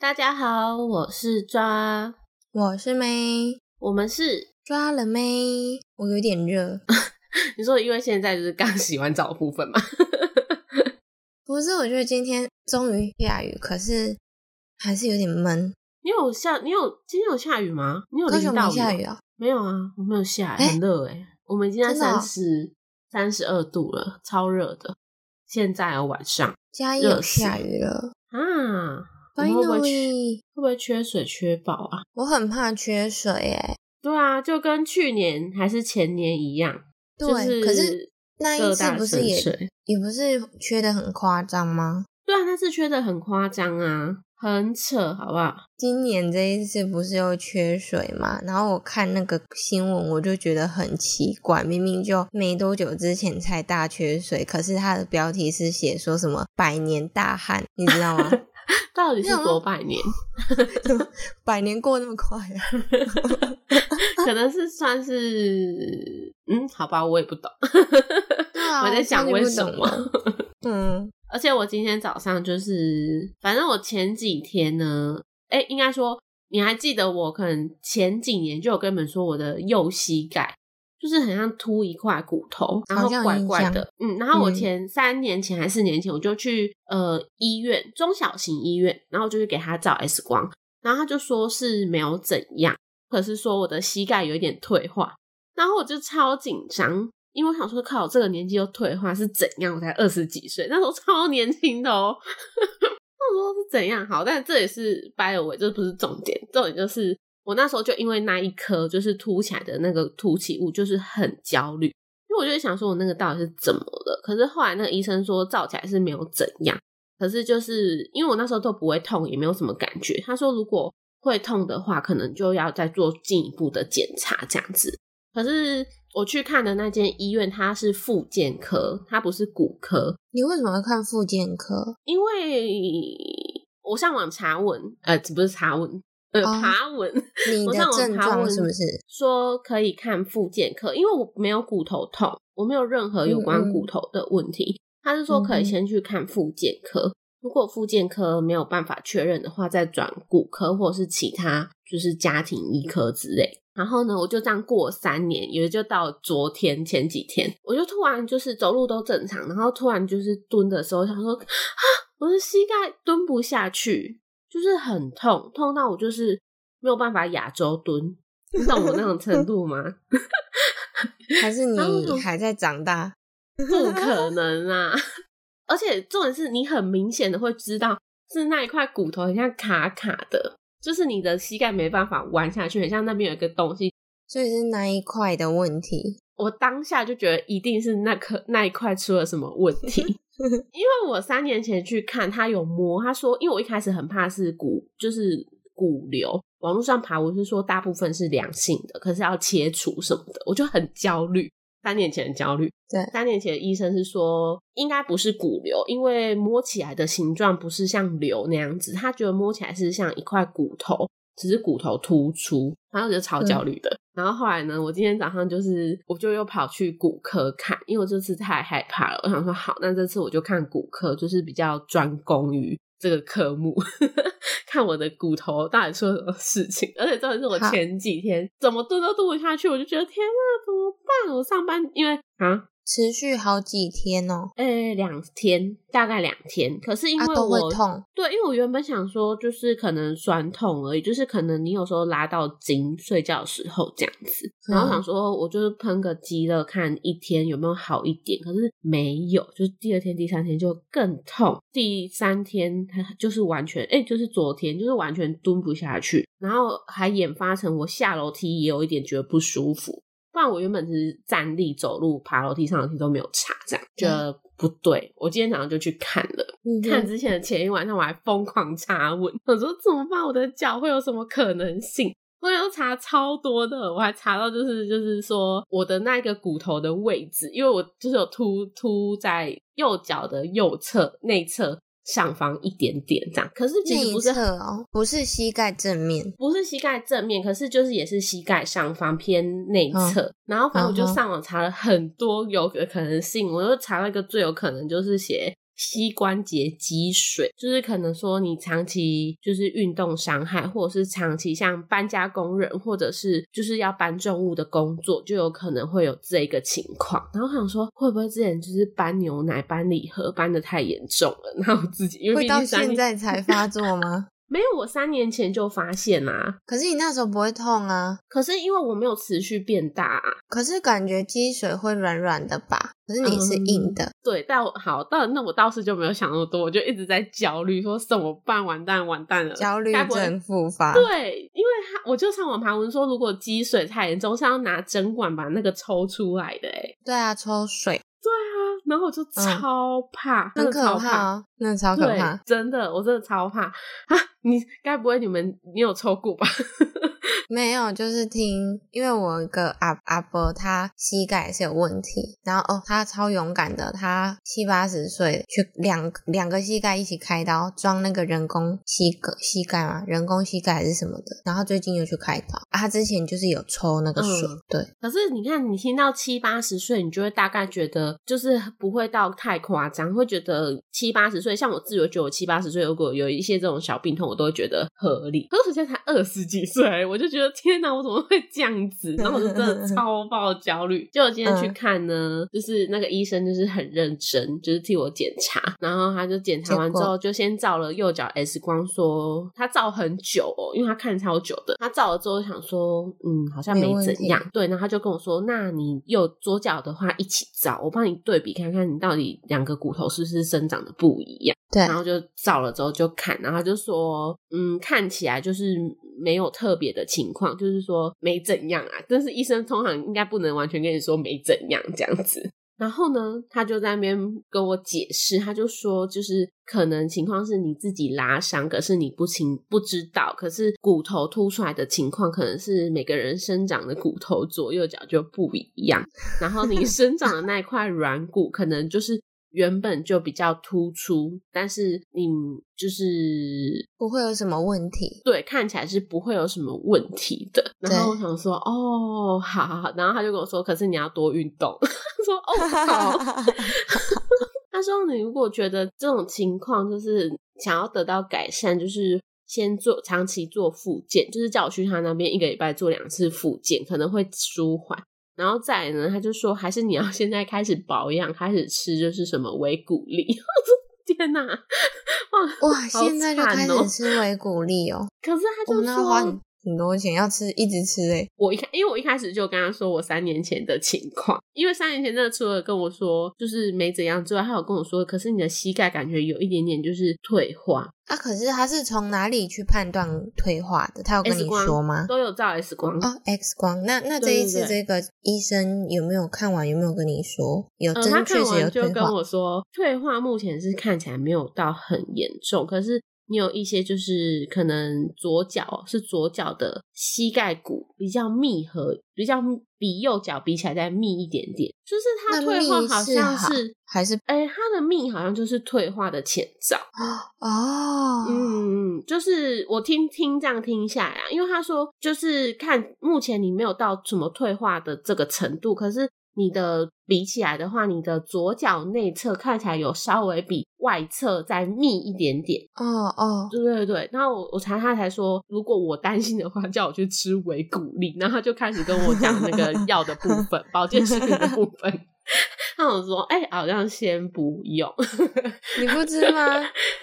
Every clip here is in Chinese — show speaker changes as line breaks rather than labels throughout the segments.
大家好，我是抓，
我是妹，
我们是
抓了妹，我有点 热，
你说，因为现在就是刚 洗完澡的部分嘛，
不是，我觉得今天终于下雨，可是还是有点闷。
你有下，你有今天有下雨吗？你有
高雄
淋到
没
雨
下雨
吗？
啊？
没有啊，我没有下，
欸
很热哎、我们今天
真的
三
哦
十三十二度了，超热的。现在啊晚上
嘉义
热
有
死
下雨了
啊，我们会不会缺
，finally，
会不会缺水缺爆啊？
我很怕缺水哎。
对啊，就跟去年还是前年一样，
对，
就是
可是那一
各
次
大
不是
省
也
水
也不是缺的很夸张吗？
对啊，那次缺的很夸张啊，很扯，好不好？
今年这一次不是又缺水嘛？然后我看那个新闻，我就觉得很奇怪，明明就没多久之前才大缺水，可是它的标题是写说什么“百年大旱”，你知道 吗？
到底是
没有啊
多百年？
百年过那么快啊！
可能是算是嗯，好吧，我也不懂。
对啊
我在想为什
我
么
超级。不懂啊的 嗯，
而且我今天早上就是，反正我前几天呢，哎、应该说你还记得我可能前几年就有跟你们说我的右膝盖。就是很像凸一块骨头，然后
好像
怪
有
怪
印
的
象，
嗯，然后我
嗯
前、三年前还是四年前，我就去呃医院中小型医院，然后就去给他照 X 光，然后他就说是没有怎样，可是说我的膝盖有一点退化，然后我就超紧张，因为我想说，靠，我这个年纪又退化是怎样？我才二十几岁，那时候超年轻的哦。 那时候是怎样？好，但这也是 by the way，这不是重点，重点就是我那时候就因为那一颗就是凸起来的那个凸起物，就是很焦虑，因为我就想说我那个到底是怎么了？可是后来那个医生说照起来是没有怎样，可是就是因为我那时候都不会痛，也没有什么感觉。他说如果会痛的话，可能就要再做进一步的检查这样子。可是我去看的那间医院，它是复健科，它不是骨科，
你为什么会看复健科？
因为我上网查文，呃，不是查文，呃，
哦
爬文，
你
我
的
上网
症
查
状
问
是不是？
说可以看复健科，因为我没有骨头痛，我没有任何有关骨头的问题。他是说可以先去看复健科，如果复健科没有办法确认的话，再转骨科或是其他就是家庭医科之类。然后呢，我就这样过了三年，也就到昨天前几天，我就突然就是走路都正常，然后突然就是蹲的时候，想说啊，我的膝盖蹲不下去，就是很痛，痛到我就是没有办法亚洲蹲，你懂我那种程度吗？
还是
然后
你还在长大？
不可能啊！ 而且重点是你很明显的会知道，是那一块骨头很像卡卡的，就是你的膝盖没办法弯下去，很像那边有一个东西。
所以是那一块的问题。
我当下就觉得一定是那颗那一块出了什么问题，因为我三年前去看他有摸，他说，因为我一开始很怕是骨，就是骨瘤，网络上爬文是说大部分是良性的，可是要切除什么的，我就很焦虑。三年前的焦虑，
对
三年前的医生是说应该不是骨瘤，因为摸起来的形状不是像瘤那样子，他觉得摸起来是像一块骨头，只是骨头突出，然后我就超焦虑的。然后后来呢，我今天早上就是我就又跑去骨科看，因为我这次太害怕了，我想说好，那这次我就看骨科，就是比较专攻于这个科目， 看我的骨头到底出了什么事情。而且重点是我
好
前几天怎么蹲都蹲不下去，我就觉得天啊，怎么办？我上班因为啊，
持续好几天哦，
诶、两天大概两天，可是因
啊
为
都会
我
痛，
对，因为我原本想说，就是可能酸痛而已，就是可能你有时候拉到筋，睡觉的时候这样子。
嗯
然后想说，我就是喷个肌热，看一天有没有好一点。可是没有，就是第二天、第三天就更痛，第三天它就是完全，哎、就是昨天就是完全蹲不下去，然后还演发成我下楼梯也有一点觉得不舒服。不然我原本是站立、走路、爬楼梯、上楼梯都没有差，这样觉得不对。我今天早上就去看了。
嗯
看之前的前一晚上，我还疯狂查问，我说怎么办？我的脚会有什么可能性？我要查超多的，我还查到就是就是说我的那个骨头的位置，因为我就是有突突在右脚的右侧内侧上方一点点这样。可是其实
内
不是
侧哦，不是膝盖正面，
不是膝盖正面，可是就是也是膝盖上方偏内侧。然后反正我就
嗯哼
上网查了很多有可能性，我就查了一个最有可能就是写膝关节积水，就是可能说你长期就是运动伤害，或者是长期像搬家工人，或者是就是要搬重物的工作，就有可能会有这个情况。然后我想说，会不会之前就是搬牛奶、搬礼盒搬的太严重了，然后自己因为
会
毕
到
竟三
现
年
在才发作吗？
没有，我三年前就发现啦、
可是你那时候不会痛啊，
可是因为我没有持续变大、啊，
可是感觉积水会软软的吧？可是你是硬的，
对，但我好，但那我倒是就没有想那么多，我就一直在焦虑，说怎么办？完蛋，完蛋了，
焦虑
嗯该不会
症复发。
对，因为他我就上网盘文说，如果积水太严重，是要拿针管把那个抽出来的、欸，哎，
对啊，抽水
然后我就超怕，真
嗯很
的超
可怕、哦，那超可
对
怕。，
真的，我真的超怕啊！你该不会你们你有抽过吧？
没有，就是听，因为我有一个阿阿伯，他膝盖是有问题，然后哦，他超勇敢的，他七八十岁去两两个膝盖一起开刀装那个人工膝盖膝盖嘛，人工膝盖还是什么的，然后最近又去开刀，啊、他之前就是有抽那个水，
嗯
对，
可是你看，你听到七八十岁，你就会大概觉得就是不会到太夸张，会觉得七八十岁，像我自己，我觉得我七八十岁，如果有一些这种小病痛，我都会觉得合理。可是我现在才二十几岁，我就觉得天哪，我怎么会这样子？然后我就真的超爆焦虑。就我今天
嗯
去看呢，就是那个医生就是很认真，就是替我检查，然后他就检查完之
结
后
果
就先照了右脚 X 光说，他照很久哦，因为他看超久的。他照了之后想说，嗯，好像
没
没
问
怎
题
样。对，然后他就跟我说，那你右左脚的话一起照，我帮你对比看看你到底两个骨头是不是生长的不一样。
对
然后就照了之后就看，然后他就说，嗯，看起来就是没有特别的情况，就是说没怎样啊。但是医生通常应该不能完全跟你说没怎样这样子。然后呢，他就在那边跟我解释，他就说，就是可能情况是你自己拉伤，可是你不清不知道，可是骨头凸出来的情况，可能是每个人生长的骨头左右脚就不一样，然后你生长的那一块软骨，可能就是原本就比较突出，但是你就是
不会有什么问 题。
对，看起来是不会有什么问题的。然后我想说，哦，好好好。然后他就跟我说，可是你要多运动。 他说，哦，好。他说，你如果觉得这种情况就是想要得到改善，就是先做长期做复健，就是叫我去他那边一个礼拜做两次复健，可能会舒缓。然后再来呢，他就说，还是你要 现在开始保养，开始吃就是什么维骨力。 我说天哪，哇
哇，
好
现在就
惨
开
哦
始吃维骨力哦，
可是他就
我们
说，
要花很很多钱，要吃一直吃欸诶、
我一开，因为我一开始就跟他说我三年前的情况，因为三年前真的除了跟我说就是没怎样之外，他有跟我说，可是你的膝盖感觉有一点点就是退化
啊，可是他是从哪里去判断退化的？他有跟
，X
你
光
说吗？
都有照 X 光。
哦，X 光，那那这
对
一
对
次
对
这个医生有没有看完？有没有跟你说有
呃，
真
他
的
看
确实有
完就
退
跟
化？
我说，退化目前是看起来没有到很严重，可是你有一些就是可能左脚是左脚的膝盖骨比较密合，比较比右脚比起来再密一点点，就是它
那
退化
密
好
是
像
好
是
还是
哎、它的命好像就是退化的前兆。
哦，
嗯，嗯，就是我听听这样听下来、啊，因为他说就是看目前你没有到什么退化的这个程度，可是你的比起来的话，你的左脚内侧看起来有稍微比外侧再密一点点。
哦哦，
对对对，然后我我查他才说，如果我担心的话，叫我去吃维骨力，然后他就开始跟我讲那个药的部分，保健食品的部分。 他我说，哎、好像先不用
你不 吃吗？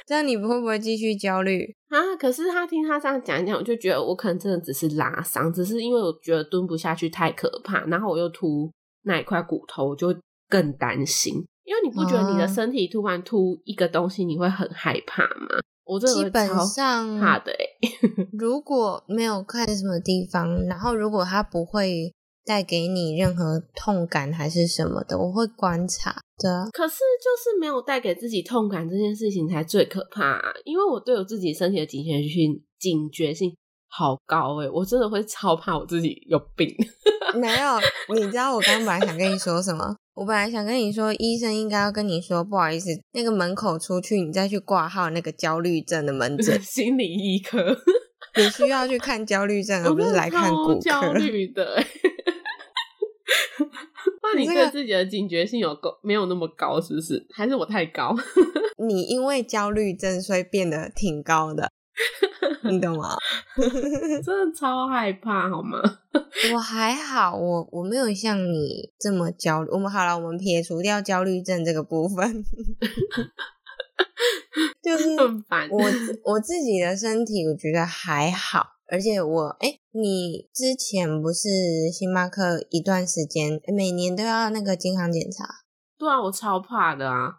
这样你会不会继续焦虑？
啊。可是他听他这样讲一讲，我就觉得我可能真的只是拉伤，只是因为我觉得蹲不下去太可怕，然后我又突那一块骨头，我就更担心。因为你不觉得你的
啊
身体突然突一个东西，你会很害怕吗？我真的
基
会
本
超
上
怕的、欸，
如果没有看什么地方，然后如果它不会带给你任何痛感还是什么的，我会观察的。
可是就是没有带给自己痛感这件事情才最可怕、啊，因为我对我自己身体的警觉性警觉性好高诶、我真的会超怕我自己有病。，
没有，你知道我刚本来想跟你说什么，我本来想跟你说，医生应该要跟你说，不好意思，那个门口出去，你再去挂号那个焦虑症的门诊
心理医科，
你需要去看焦虑症，而
我
不是
真的
来看
超
骨
焦
科。
虑的、欸。 那你
你这
对
个
自己的警觉性有够没有那么高，是不是？还是我太高？
你因为焦虑症，所以变得挺高的，你懂吗？
真的超害怕，好吗？
我还好，我我没有像你这么焦虑。我们好了，我们撇除掉焦虑症这个部分， 就是
很烦。
我我自己的身体，我觉得还好。而且我哎、你之前不是星巴克一段时间每年都要那个健康检查？
对啊，我超怕的啊！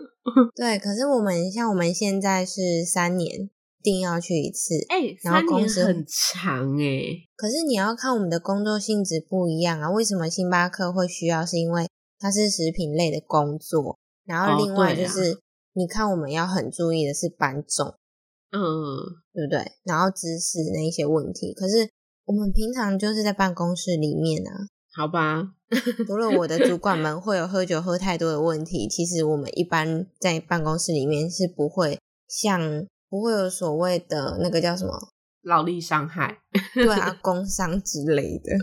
对，可是我们像我们现在是三年一定要去一次，
哎、
然后
三年
公司
很长哎、
可是你要看我们的工作性质不一样啊。为什么星巴克会需要？是因为它是食品类的工作，然
哦
后另外
对
就
啊
是、你看我们要很注意的是搬重，
嗯，
对不对？然后知识那一些问题，可是我们平常就是在办公室里面啊，
好吧，
除了我的主管们会有喝酒喝太多的问题，其实我们一般在办公室里面是不会像不会有所谓的那个叫什么
劳力伤害。
对啊，工伤之类的。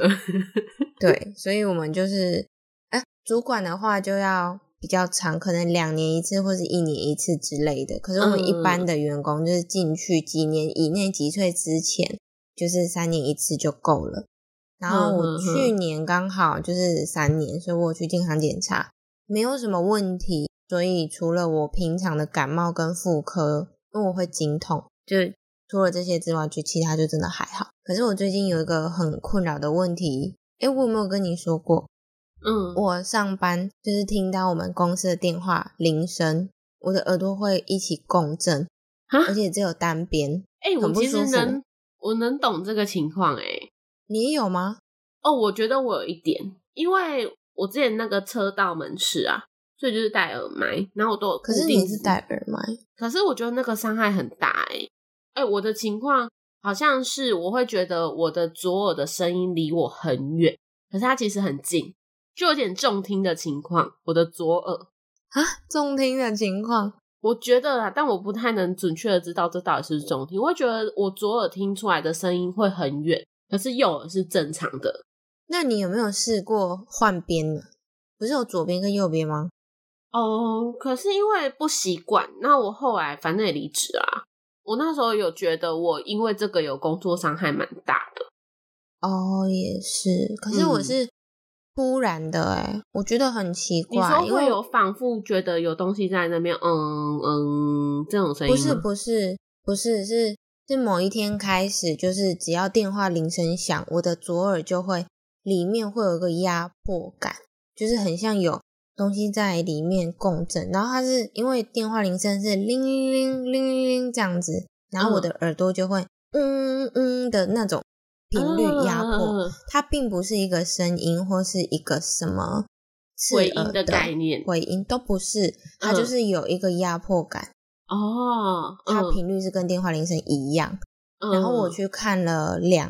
对，所以我们就是，哎、主管的话就要比较长，可能两年一次或是一年一次之类的。可是我们一般的员工就是进去几年以内几岁之前，就是三年一次就够了。然后
嗯嗯
我
嗯
去年刚好就是三年，所以我有去健康检查，没有什么问题。所以除了我平常的感冒跟妇科，因为我会经痛，就除了这些之外，就其他就真的还好。可是我最近有一个很困扰的问题，诶，我有没有跟你说过？
嗯，
我上班就是听到我们公司的电话铃声，我的耳朵会一起共振，
啊
而且只有单边。
哎、我
很不
其实
舒服
能，我能懂这个情况哎、
你也有吗？
哦，我觉得我有一点，因为我之前那个车道门市啊，所以就是戴耳麦，然后我都有
可
固
是
定
你是
时
戴耳麦，
可是我觉得那个伤害很大哎、欸、哎、我的情况好像是我会觉得我的左耳的声音离我很远，可是它其实很近，就有点重听的情况。我的左耳，
啊重听的情况。
我觉得啦，但我不太能准确的知道这到底是不是重听。我会觉得我左耳听出来的声音会很远，可是右耳是正常的。
那你有没有试过换边呢？不是有左边跟右边吗？
哦，可是因为不习惯，那我后来反正也离职啦。我那时候有觉得我因为这个有工作伤害蛮大的。
哦，也是。可是我
嗯
是突然的、欸，哎，我觉得很奇
你
怪，
说
因
会
为
有反复觉得有东西在那边，嗯嗯，这种声音
不
吗
是不是不是是是某一天开始，就是只要电话铃声响，我的左耳就会里面会有一个压迫感，就是很像有东西在里面共振。然后它是因为电话铃声是铃铃铃铃铃铃这样子，然后我的耳朵就会嗯嗯的那种频率压迫，
嗯
它并不是一个声音或是一个什么刺
回
耳
音的概念
回音都不是，它就
嗯
是有一个压迫感。
哦，
它
嗯
频率是跟电话铃声一样。
嗯
然后我去看了两，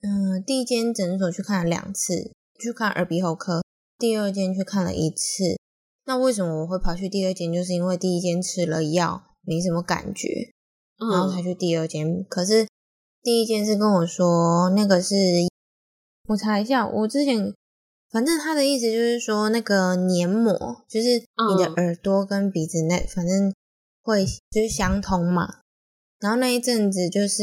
嗯，第一间诊所去看了两次，去看耳鼻喉科，第二间去看了一次。那为什么我会跑去第二间？就是因为第一间吃了药没什么感觉，
嗯
然后才去第二间。可是第一间是跟我说那个是，我查一下，我之前反正他的意思就是说那个黏膜，就是你的
嗯
耳朵跟鼻子那反正会就是相通嘛。然后那一阵子就是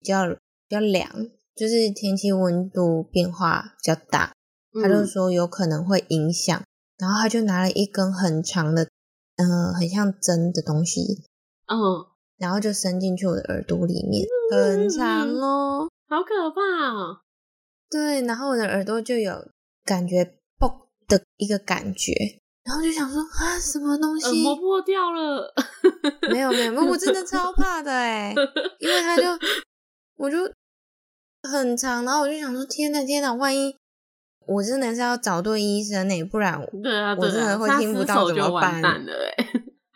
比较比较凉，就是天气温度变化比较大，他就
嗯
说有可能会影响。然后他就拿了一根很长的，嗯、很像针的东西，
嗯，
然后就伸进去我的耳朵里面，很长
嗯
哦。
好可怕哦，
对，然后我的耳朵就有感觉嘣的一个感觉，然后就想说啊，什么东西
耳？膜呃破掉 了，
没有没有没有，我真的超怕的哎，因为他就我就很长，然后我就想说天呐天呐，万一我真的是要找对医生呢，不然我
对啊，
我
对
真
啊
的会
他
听不
失
到
手
怎
就
么
完
办
蛋了哎，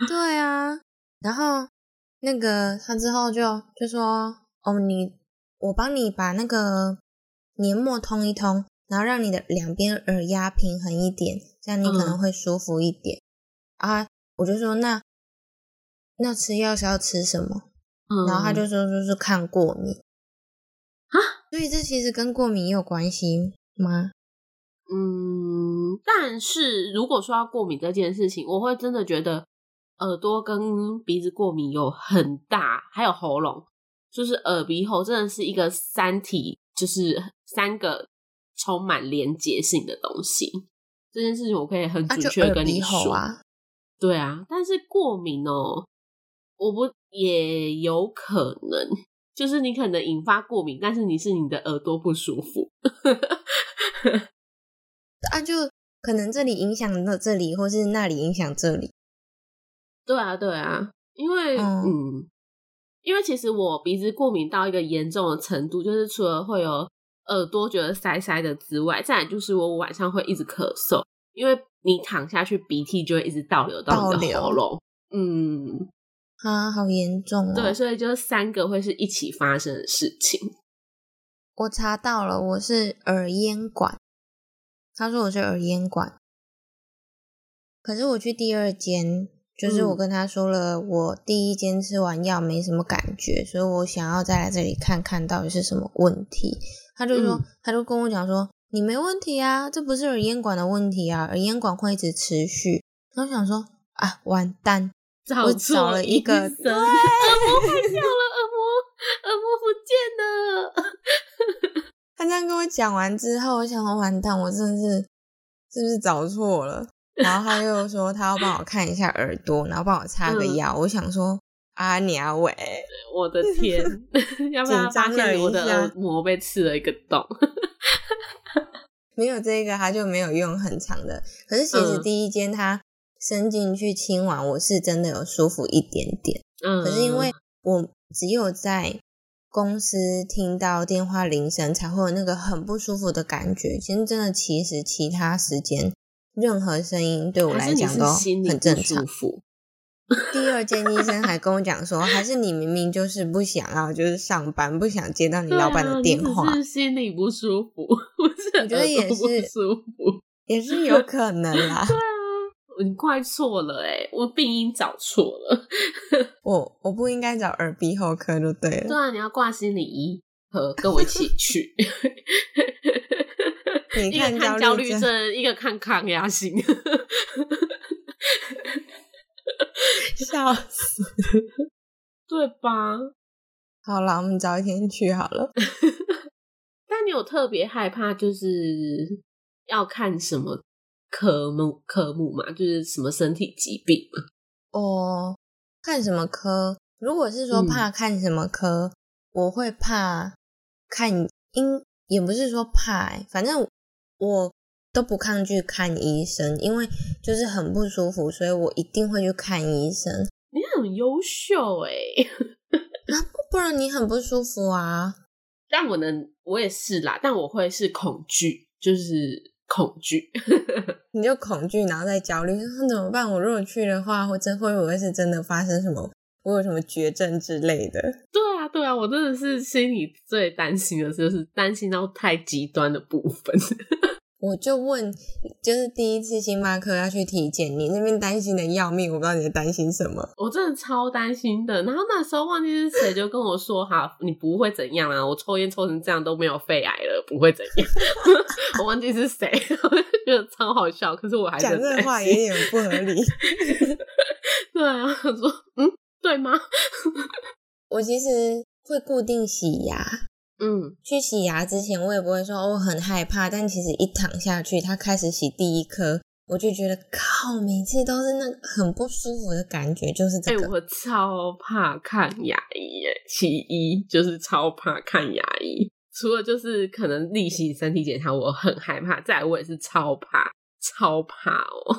对啊，然后那个他之后就就说：“哦，你我帮你把那个黏膜通一通，然后让你的两边耳压平衡一点，这样你可能
嗯
会舒服一点。啊，我就说那那吃药是要吃什么？
嗯，
然后他就说就是看过敏
啊，
所以这其实跟过敏也有关系吗？
嗯，但是如果说要过敏这件事情，我会真的觉得耳朵跟鼻子过敏有很大，还有喉咙，就是耳鼻喉真的是一个三体，就是三个充满连结性的东西。这件事情我可以很
啊，
准
就
确地
耳
跟
鼻
你
喉
说，
啊，
对啊，但是过敏哦，我不也有可能，就是你可能引发过敏，但是你是你的耳朵不舒服，
啊就可能这里影响到这里，或是那里影响这里。
对啊，对啊，因为
嗯
嗯因为其实我鼻子过敏到一个严重的程度，就是除了会有耳朵觉得塞塞的之外，再来就是我晚上会一直咳嗽，因为你躺下去，鼻涕就会一直倒流到
倒
你
流
的喉咙。嗯，
啊，好严重哦！
对，所以就是三个会是一起发生的事情。
我查到了，我是耳咽管。他说我是耳咽管，可是我去第二间，就是我
嗯
跟他说了，我第一间吃完药没什么感觉，所以我想要再来这里看看到底是什么问题。他就说，
嗯
他就跟我讲说，你没问题啊，这不是耳咽管的问题啊，耳咽管会一直持续。然后我想说啊，完蛋，
找
我
错
找了一
医
个
生
对
耳膜坏掉了，耳膜耳膜不见了。
他这样跟我讲完之后，我想说完蛋，我真的是是不是找错了？然后他又说他要帮我看一下耳朵，然后帮我擦个
嗯
药。我想说啊，你啊喂，
我的 天， 要不然发
紧张了一
现我的
下
耳膜被刺了一个洞。
没有这个他就没有用很长的。可是其实
嗯
第一间他伸进去亲完，我是真的有舒服一点点。
嗯，
可是因为我只有在公司听到电话铃声才会有那个很不舒服的感觉。其实真的，其实其他时间任何声音对我
还
来
是你
讲
是
都
心里
很
不
正
舒。
常
服，
第二间医生还跟我讲说，还是你明明就是不想要，就是上班不想接到你
对啊
老板的电话
你，只是心里不舒服， 不是
我觉得也
耳朵不
是
舒服。
也是有可能 啦。
你快错了哎、我病因找错了。
我我不应该找耳鼻喉科就对
对
了。
啊，你要挂心理医和跟我一起 去，
你
一个看焦
焦
虑
症，
症，一个看抗压性。
笑死。
对吧？
好了，我们早一天去好了。
但你有特别害怕，就是要看什么科目科目嘛？就是什么身体疾病嘛？
哦，看什么科？如果是说
嗯
怕看什么科，我会怕看因，也不是说怕、欸，反正我都不抗拒看医生，因为就是很不舒服，所以我一定会去看医生。
你很优秀哎、
不然你很不舒服啊。
但我能，我也是啦，但我会是恐惧，就是恐惧。
你就恐惧，然后再焦虑， 那怎么办？我如果去的话，或者会不会是真的发生什么？我有什么绝症之类的？
对啊，对啊，我真的是心里最担心的就是担心到太极端的部分。
我就问，就是第一次星巴克要去体检，你那边担心的要命，我不知道你在担心什么。
我真的超担心的。然后那时候忘记是谁就跟我说：“哈，你不会怎样啊，我抽烟抽成这样都没有肺癌了，不会怎样。” 我忘记是谁， 我就觉得超好笑。可是我还是
讲
很担
这
心
话也有点不合理。
对啊，我说嗯，对吗？
我其实会固定洗牙，
嗯，
去洗牙之前我也不会说哦我很害怕，但其实一躺下去，他开始洗第一颗，我就觉得靠，每次都是那个很不舒服的感觉，就是
哎、
这个。
我超怕看牙医耶，其一就是超怕看牙医，除了就是可能例行身体检查我很害怕，再来我也是超怕。超怕哦！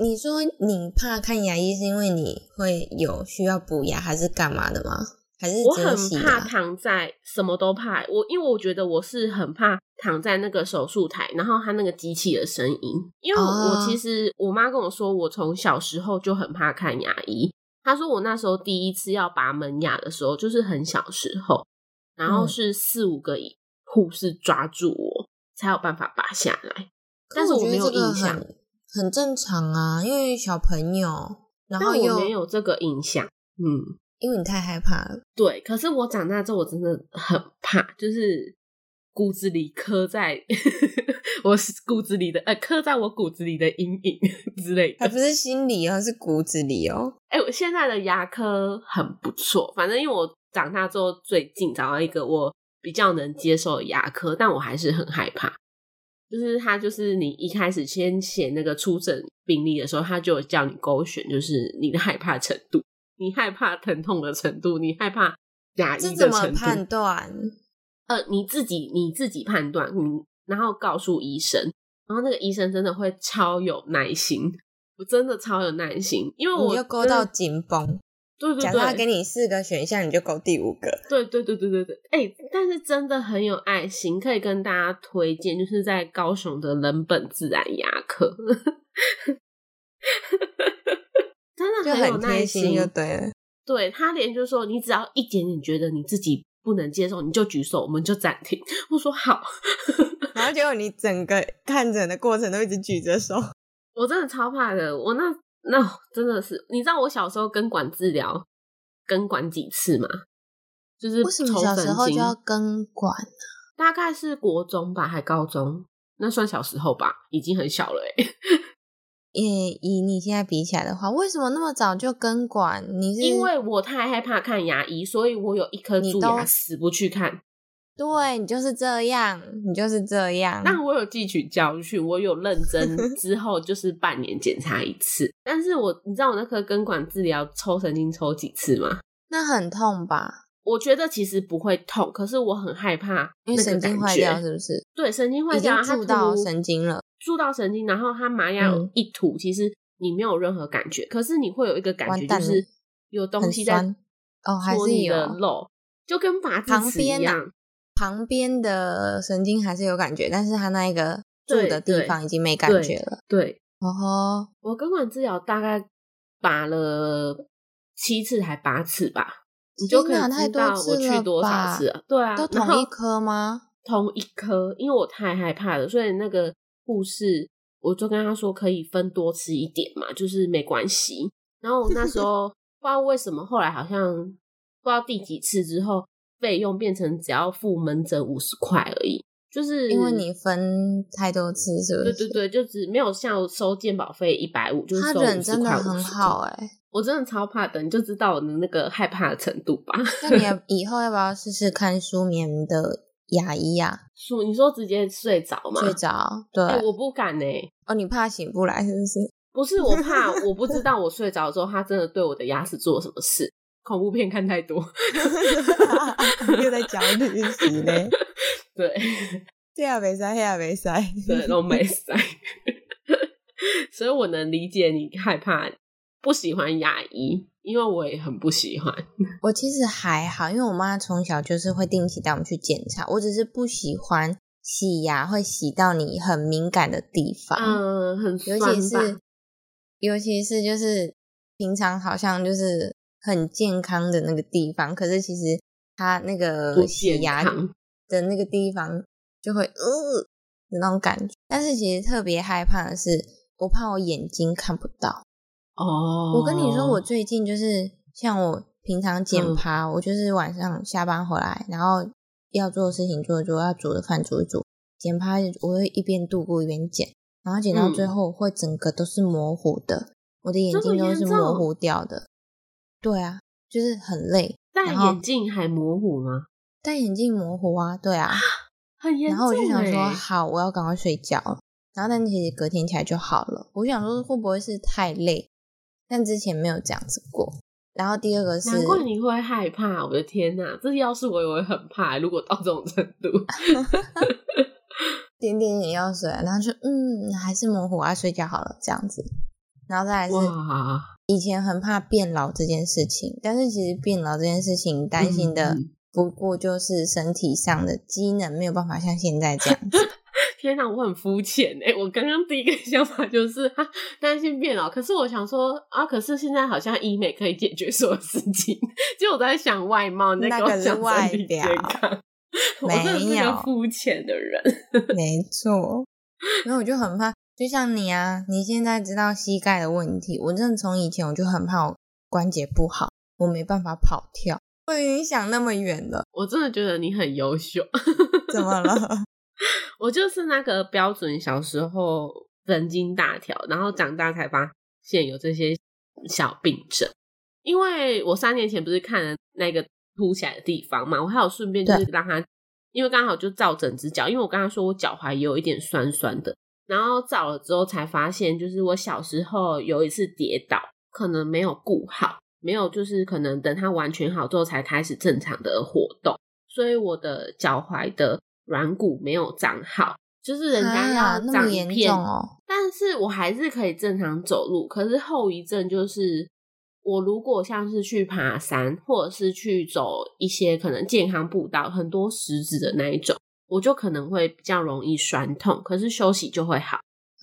你说你怕看牙医是因为你会有需要补牙还是干嘛的吗？还是
我
只有洗
很怕
牙？
躺在什么都怕，我因为我觉得我是很怕躺在那个手术台，然后它那个机器的声音，因为
哦
我其实我妈跟我说，我从小时候就很怕看牙医。她说我那时候第一次要拔门牙的时候，就是很小时候，然后
嗯
是四五个护士抓住我，才有办法拔下来。
可
但是
我
没
觉
有
得这个
印象，
很很正常啊，因为小朋友，然后
但我没
又
有这个印象。嗯，
因为你太害怕了，
对。可是我长大之后，我真的很怕，就是骨子里刻在 我骨子里的呃，刻在我骨子里的阴影 之类的
还。不是心里哦，是骨子里哦。
哎、我现在的牙科很不错，反正因为我长大之后最近找到一个我比较能接受的牙科，但我还是很害怕。就是他，就是你一开始先写那个出诊病历的时候，他就有叫你勾选，就是你的害怕程度，你害怕疼痛的程度，你害怕牙
这
医
怎
的
么
程
判
度，
断？
呃，你自己你自己判断，你然后告诉医生，然后那个医生真的会超有耐心，我真的超有耐心，因为我
你就勾
真的
到紧绷。
对对
假
对，
设他给你四个选项，你就勾第五个。
对对对对对对，哎、但是真的很有爱心，可以跟大家推荐，就是在高雄的人本自然牙科，真的
就
有
很
耐
贴心就对了。
对他连就是说，你只要一点点觉得你自己不能接受，你就举手，我们就暂停。 我说好，
然后结果你整个看诊的过程都一直举着手，
我真的超怕的，我那那真的是，你知道我小时候根管治疗根管几次吗？就是抽神经
根管？
大概是国中吧，还高中，那算小时候吧，已经很小了哎、欸。
也以你现在比起来的话，为什么那么早就根管？你是
因为我太害怕看牙医，所以我有一颗
你
蛀
都
牙死不去看。
对你就是这样，你就是这样。
但我有汲取教训，我有认真 之后就是半年检查一次。但是我，你知道我那颗根管治疗抽神经抽几次吗？
那很痛吧？
我觉得其实不会痛，可是我很害怕那
因为
个
神经
感
坏掉
觉。
是不是？
对，神经坏
已经
掉，它
触到
突
神经了，
触到神经，然后它麻药
嗯
一吐，其实你没有任何感觉，可是你会有一个感
完
觉，
蛋
就
了
是有东
很
西在
酸哦，还
戳
是
你
有
的肉，就跟拔智
旁
齿一
边啊
样。
旁边的神经还是有感觉，但是它那一个住
对
的地
对
方已经没感
对
觉了。
对
哦吼，
我根管治疗大概拔了七次还八次吧，你就可以
天哪太
知
多
道
次
我去
了
多少
吧
次了。对啊，
都
然
同
后
一颗吗？
同一颗，因为我太害怕了，所以那个护士我就跟他说可以分多吃一点嘛，就是没关系。然后我那时 候不知道为什么，后来好像不知道第几次之后，费用变成只要付门诊五十块而已，就是
因为你分太多次，是不
嗯对
是？
对对，就只没有像收健保费一百五，就是
他
收
人
50
真的
块
很好。哎、
50我真的超怕的，你就知道我的那个害怕的程度吧。
那你要以后要不要试试看舒眠的牙医 啊？
说你说直接睡着嘛？
睡着，对、
哎我不敢呢、
哦，你怕醒不来是不 是？
不是我怕，我不知道我睡着之后，他真的对我的牙齿做了什么事。恐怖片看太多，
又在焦虑死 嘞，
对
这也啊没塞，那也没塞。
对，都没塞。 所以我能理解你害怕不喜欢牙医，因为我也很不喜欢。
我其实还好，因为我妈从小就是会定期带我们去检查，我只是不喜欢洗牙会洗到你很敏感的地方。
嗯，很
尤
酸
其
吧
是尤其是就是平常好像就是很健康的那个地方，可是其实它那
不
个洗
健
牙
康。
的那个地方就会呃的那种感觉。但是其实特别害怕的是，我怕我眼睛看不到。
哦，
我跟你说，我最近就是像我平常
嗯
剪趴，我就是晚上下班回来，然后要做的事情做一做，要煮的饭煮一煮，剪趴我会一边度过一边剪，然后剪到最
嗯
后我会整个都是模糊的，我的眼
这么
睛都
严
是
重
模糊掉的。对啊，就是很累，
戴
然后
眼镜还模糊吗？
戴眼镜模糊啊，对啊。
很严
然
重、欸。
后我就想说，好，我要赶快睡觉了。然后但其实隔天起来就好了。我想说会不会是太累？但之前没有这样子过。然后第二个是，
难怪你会害怕。我的天哪，这要是我，我也会很怕。欸如果到这种程 度，
点点眼药水，然后就嗯还是模糊啊，睡觉好了这样子。然后再来是
哇，
以前很怕变老这件事情，但是其实变老这件事情担心的
嗯
不过就是身体上的机能没有办法像现在这样子。
天哪，我很肤浅哎！我刚刚第一个 想法就是哈担心变老，可是我想说啊，可是现在好像医美可 以解决所有事情。就我在想外貌，你在
那
给我
个是
讲
外
身体
表
健康。 我真的是
没有
个肤浅的人。
没错，然后我就很怕，就像你啊，你现在知道膝盖的问题，我真的从以前我就很怕我关节不好，我没办法跑跳，会影响那么远了，
我真的觉得你很优秀，
怎么了？
我就是那个标准小时候神经大条，然后长大才发现有这些小病症。因为我三年前不是看了那个凸起来的地方嘛，我还有顺便就是让他，因为刚好就照整只脚，因为我刚刚说我脚踝也有一点酸酸的，然后照了之后才发现，就是我小时候有一次跌倒，可能没有顾好，没有就是可能等它完全好之后才开始正常的活动，所以我的脚踝的软骨没有长好，就是 人家
啊
要
那么
长一
严
片
重哦，
但是我还是可以正常走路，可是后遗症就是，我如果像是去爬山，或者是去走一些可能健康步道，很多石子的那一种，我就可能会比较容易酸痛，可是休息就会好，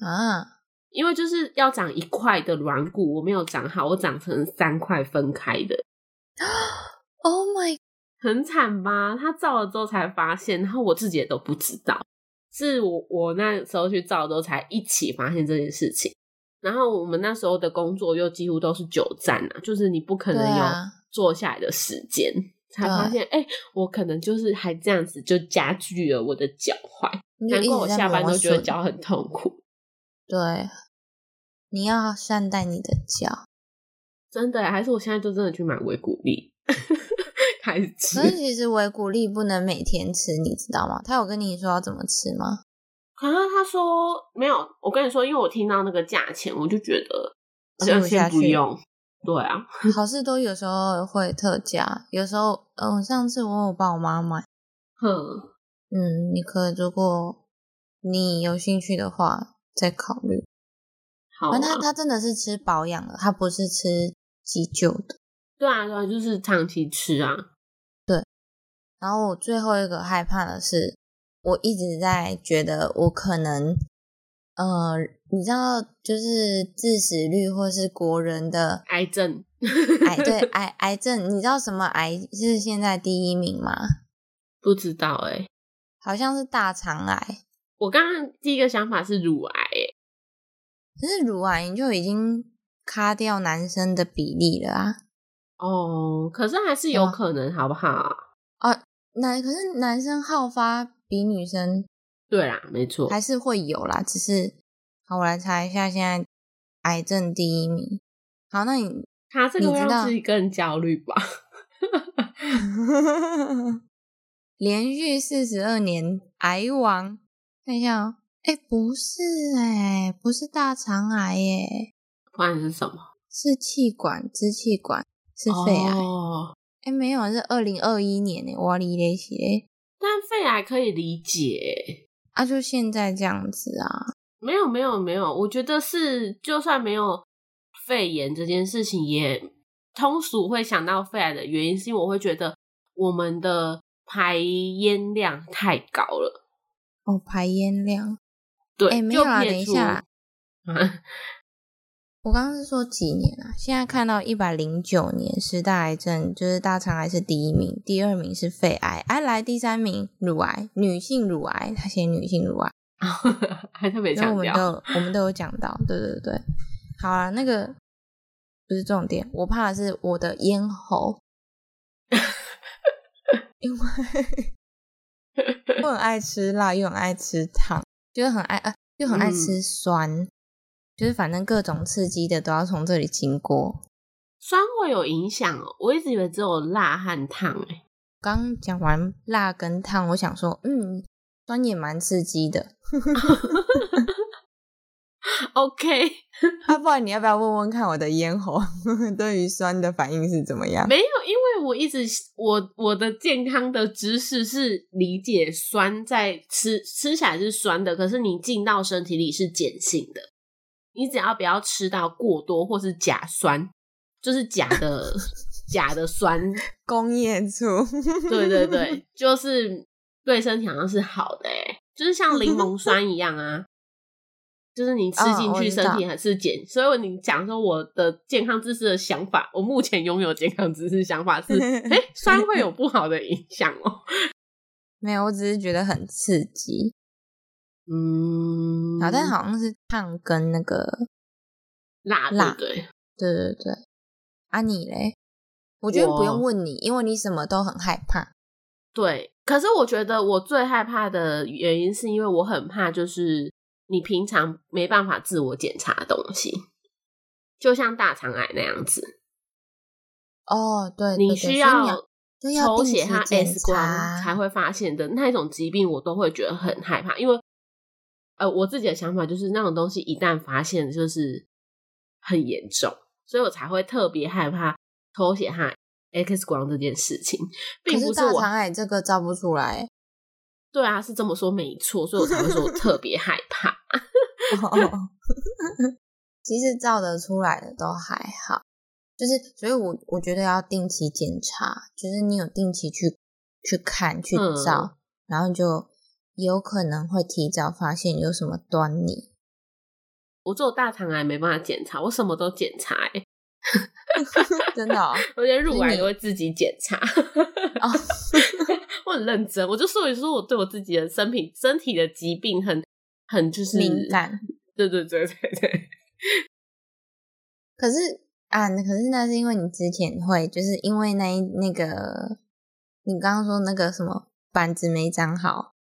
啊，
因为就是要长一块的软骨，我没有长好，我长成三块分开的，
Oh my，
很惨吧？他照了之后才发现，然后我自己也都不知道，是我我那时候去照之后才一起发现这件事情。然后我们那时候的工作又几乎都是久站啊，就是你不可
对
能有
啊，
坐下来的时间，才发现哎、我可能就是还这样子就加剧了我的脚踝，
你就
难
一
怪
直
我
在
下班
磨
都觉得
损
脚很痛苦。
对，你要善待你的脚。
真的耶，还是我现在就真的去买维骨力 开始吃
所。以其实维骨力不能每天吃，你知道吗？他有跟你说要怎么吃吗？
可是他说没有，我跟你说，因为我听到那个价钱，我就觉得
吃不
先
哦
先
下
不
去
用。对啊，
好事多有时候会特价，有时候，嗯、上次我有帮我妈买，
哼，
嗯，你可如果你有兴趣的话，再考虑。
好啊
反正他他真的是吃保养的，他不是吃急救的。
对啊，对啊，就是长期吃啊，
然后我最后一个害怕的是，我一直在觉得我可能，呃，你知道，就是致死率或是国人的
癌症。
癌对癌癌症，你知道什么癌是现在第一名吗？
不知道哎、
好像是大肠癌，
我刚刚第一个想法是乳癌、欸，
可是乳癌就已经卡掉男生的比例了啊。
哦，可是还是有
对啊
可能，好不好？
男可是男生好发比女生
对啦，没错，
还是会有啦，只是好，我来查一下现在癌症第一名。好，那你
他这个
你
会
知
让
道
自己更焦虑吧？
连续四十二年癌王，看一下哦。哎，不是哎、不是大肠癌耶、
不然是什么？
是气管、支气管，是肺癌。哎、
哦，
没有，啊是二零二一年哎、哇哩嘞西嘞，
但肺癌可以理解、欸。
哎啊，就现在这样子啊，
没有没有没有，我觉得是就算没有肺炎这件事情也，通俗会想到肺癌的原因，是因为我会觉得我们的排烟量太高了。
哦，排烟量，
对，
哎没有啊
就
等一
撇除
下啊
啊，
我刚刚是说几年啊？现在看到一百零九年十大癌症，就是大肠癌是第一名，第二名是肺癌，哎、来第三名乳癌，女性乳癌，他写女性乳癌，
还特别
然
强
后我们都
调，
有我们都有讲到，对对对，好啊，那个不是重点，我怕的是我的咽喉，因为我很爱吃辣，又很爱吃糖，就是很爱啊，又很爱吃酸，就是反正各种刺激的都要从这里经过。
酸会有影响哦。我一直以为只有辣和烫、欸，
刚讲完辣跟烫，我想说，嗯，酸也蛮刺激的，
OK，
啊，不然你要不要问问看我的咽喉 对于酸的反应是怎么样？
没有，因为我一直我我的健康的知识是理解酸在吃吃起来是酸的，可是你进到身体里是碱性的。你只要不要吃到过多或是假酸，就是假的 假的酸，
工业醋。
对对对，就是对身体好像是好的哎、就是像柠檬酸一样 啊。就是你吃进
嗯我
去，
哦知
身
道
体还是碱。所以你讲说我的健康知识的想法，我
嗯
目前拥有健康知识想法是哎、酸会有不好的影响哦。
没有，我只是觉得很刺激。
嗯，
好，但好像是烫跟那个，
辣
辣
对不对，
对对对。啊，你嘞？我觉得
我
不用问你，因为你什么都很害怕。
对。可是我觉得我最害怕的原因是因为我很怕，就是你平常没办法自我检查的东西，就像大肠癌那样子，
哦，对，
你
对对所
需
以你
要
就要
抽
定
血
期
和
检
X 光
查
才会发现的那种疾病，我都会觉得很害怕，因为呃，我自己的想法就是那种东西一旦发现就是很严重，所以我才会特别害怕抽血和 X 光这件事情，并
可
不
是大
我
肠癌这个照不出来。
对啊是这么说没错，所以我才会说我特别害怕。
哦 其实照得出来的都还好，就是所以我，我觉得要定期检查，就是你有定期去去看去
嗯
照，然后就有可能会提早发现有什么端倪。
我做大肠癌没办法检查，我什么都检查、欸，
真的、哦，
我连乳
是
癌
你
都会自己检查。
哦
我很认真，我就所以说我对我自己的身体身体的疾病很很就是
敏。感。
对对对对对，
可是啊，可是那是因为你之前会，就是因为那一那个你刚刚说那个什么板子没长好，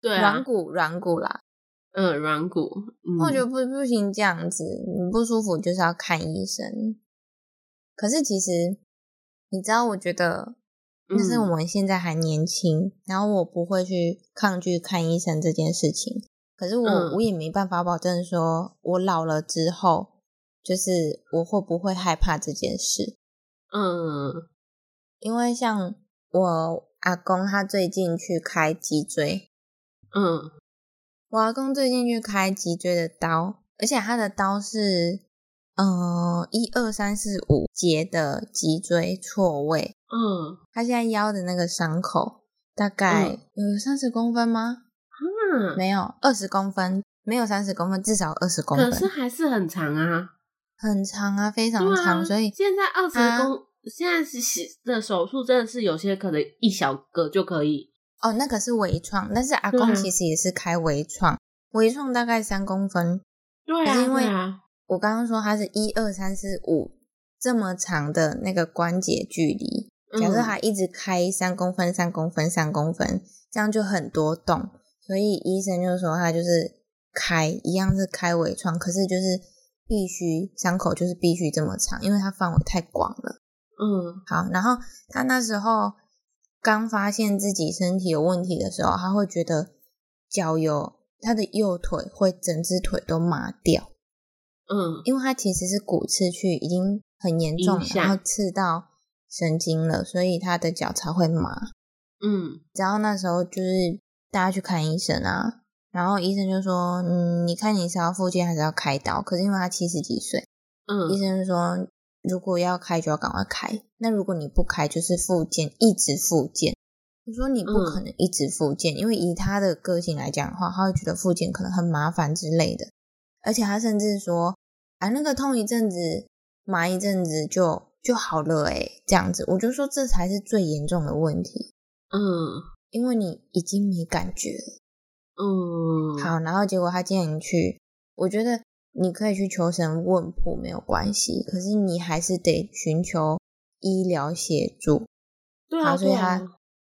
对
软
啊，
骨软骨啦，
嗯，软骨，嗯、
我觉得不不行这样子，你不舒服就是要看医生。可是其实你知道，我觉得那是
嗯
我们现在还年轻，然后我不会去抗拒看医生这件事情。可是我、
嗯
我也没办法保证说，我老了之后，就是我会不会害怕这件事？
嗯
因为像我阿公，他最近去开脊椎，
嗯
我阿公最近去开脊椎的刀，而且他的刀是，呃，一二三四五节的脊椎错位。
嗯
他现在腰的那个伤口大概有三十公分吗？
嗯，
没有，二十公分，没有三十公分，至少二十公
可是
分，
还是很长啊，
很长啊，非常
对
长。
啊，
所以
现在二十
啊
公，现在是洗的手术真的是有些可能一小个就可以，
哦，那个是微创，但是阿
对啊
公其实也是开微创，微创大概三公分，
对
可
啊
是因为
对啊，
我刚刚说它是一二三四五这么长的那个关节距离，假设
嗯
它一直开三公分、三公分、三公分，这样就很多洞，所以医生就说他就是开一样是开微创，可是就是必须伤口就是必须这么长，因为它范围太广了。
嗯
好，然后他那时候刚发现自己身体有问题的时候，他会觉得脚有他的右腿会整只腿都麻掉。
嗯
因为它其实是骨刺去已经很严重了
影，响
然后刺到神经了，所以他的脚才会麻。
嗯
然后那时候就是大家去看医生啊，然后医生就说：“嗯，你看你是要复健还是要开刀？”可是因为他七十几岁，医
嗯
生就说：“如果要开就要赶快开，那如果你不开就是复健，一直复健。”我说：“你不
嗯
可能一直复健，因为以他的个性来讲的话，他会觉得复健可能很麻烦之类的。”而且他甚至说，啊，那个痛一阵子，麻一阵子就就好了、欸，诶，这样子，我就说这才是最严重的问题，
嗯
因为你已经没感觉了。
嗯，
好，然后结果他建议你去，我觉得你可以去求神问卜没有关系，可是你还是得寻求医疗协助。
对
好
啊，
所以
对
他
啊，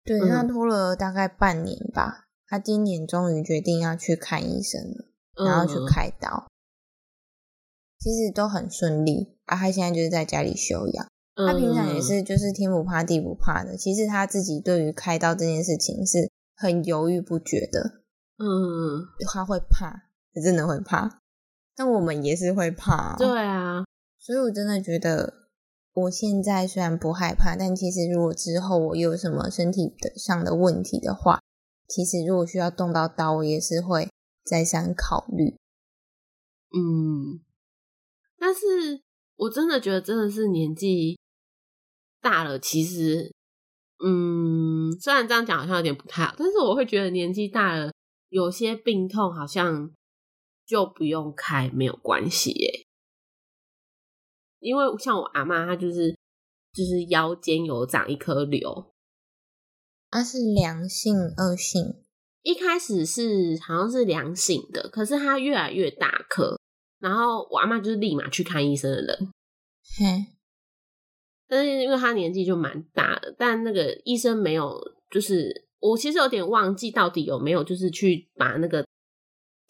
对，
嗯
那拖了大概半年吧，他今年终于决定要去看医生了。然后去
嗯
开刀，其实都很顺利。啊，他现在就是在家里休养，他平常也
嗯
是就是天不怕地不怕的。其实他自己对于开刀这件事情是很犹豫不决的，
嗯，
他会怕，是真的会怕。但我们也是会怕、
对，啊，
所以我真的觉得。我现在虽然不害怕，但其实如果之后我有什么身体的上的问题的话，其实如果需要动到刀，我也是会再三考虑。
嗯，但是我真的觉得真的是年纪大了，其实，嗯，虽然这样讲好像有点不太好，但是我会觉得年纪大了，有些病痛好像就不用开没有关系耶，因为像我阿妈，她就是就是腰间有长一颗瘤，
它啊是良性、恶性，
一开始是好像是良性的，可是它越来越大颗，然后我阿妈就是立马去看医生的人，
嘿，
但是因为她年纪就蛮大的，但那个医生没有，就是我其实有点忘记到底有没有就是去把那个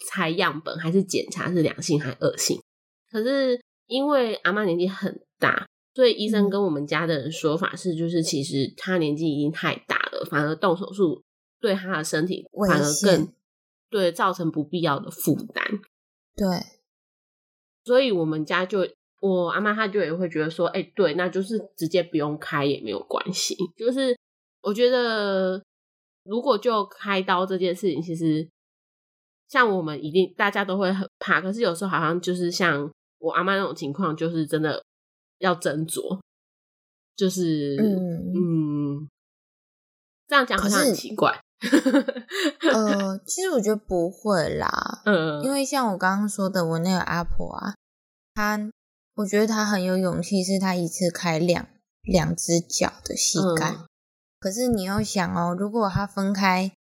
采样本还是检查是良性还恶性，可是因为阿妈年纪很大，所以医
嗯
生跟我们家的人说法是，就是其实她年纪已经太大了，反而动手术对她的身体
危
反而更
险
对造成不必要的负担。
对，
所以我们家就我阿妈她就也会觉得说，哎、对，那就是直接不用开也没有关系。就是我觉得，如果就开刀这件事情，其实像我们一定大家都会很怕，可是有时候好像就是像我阿妈那种情况，就是真的要斟酌，就是
嗯，
嗯这样讲好像很
可是
奇怪，
呃，其实我觉得不会啦，
嗯，
因为像我刚刚说的，我那个阿婆啊，她，我觉得她很有勇气，是她一次开两两只脚的膝盖。
嗯
可是你要想哦，如果她分开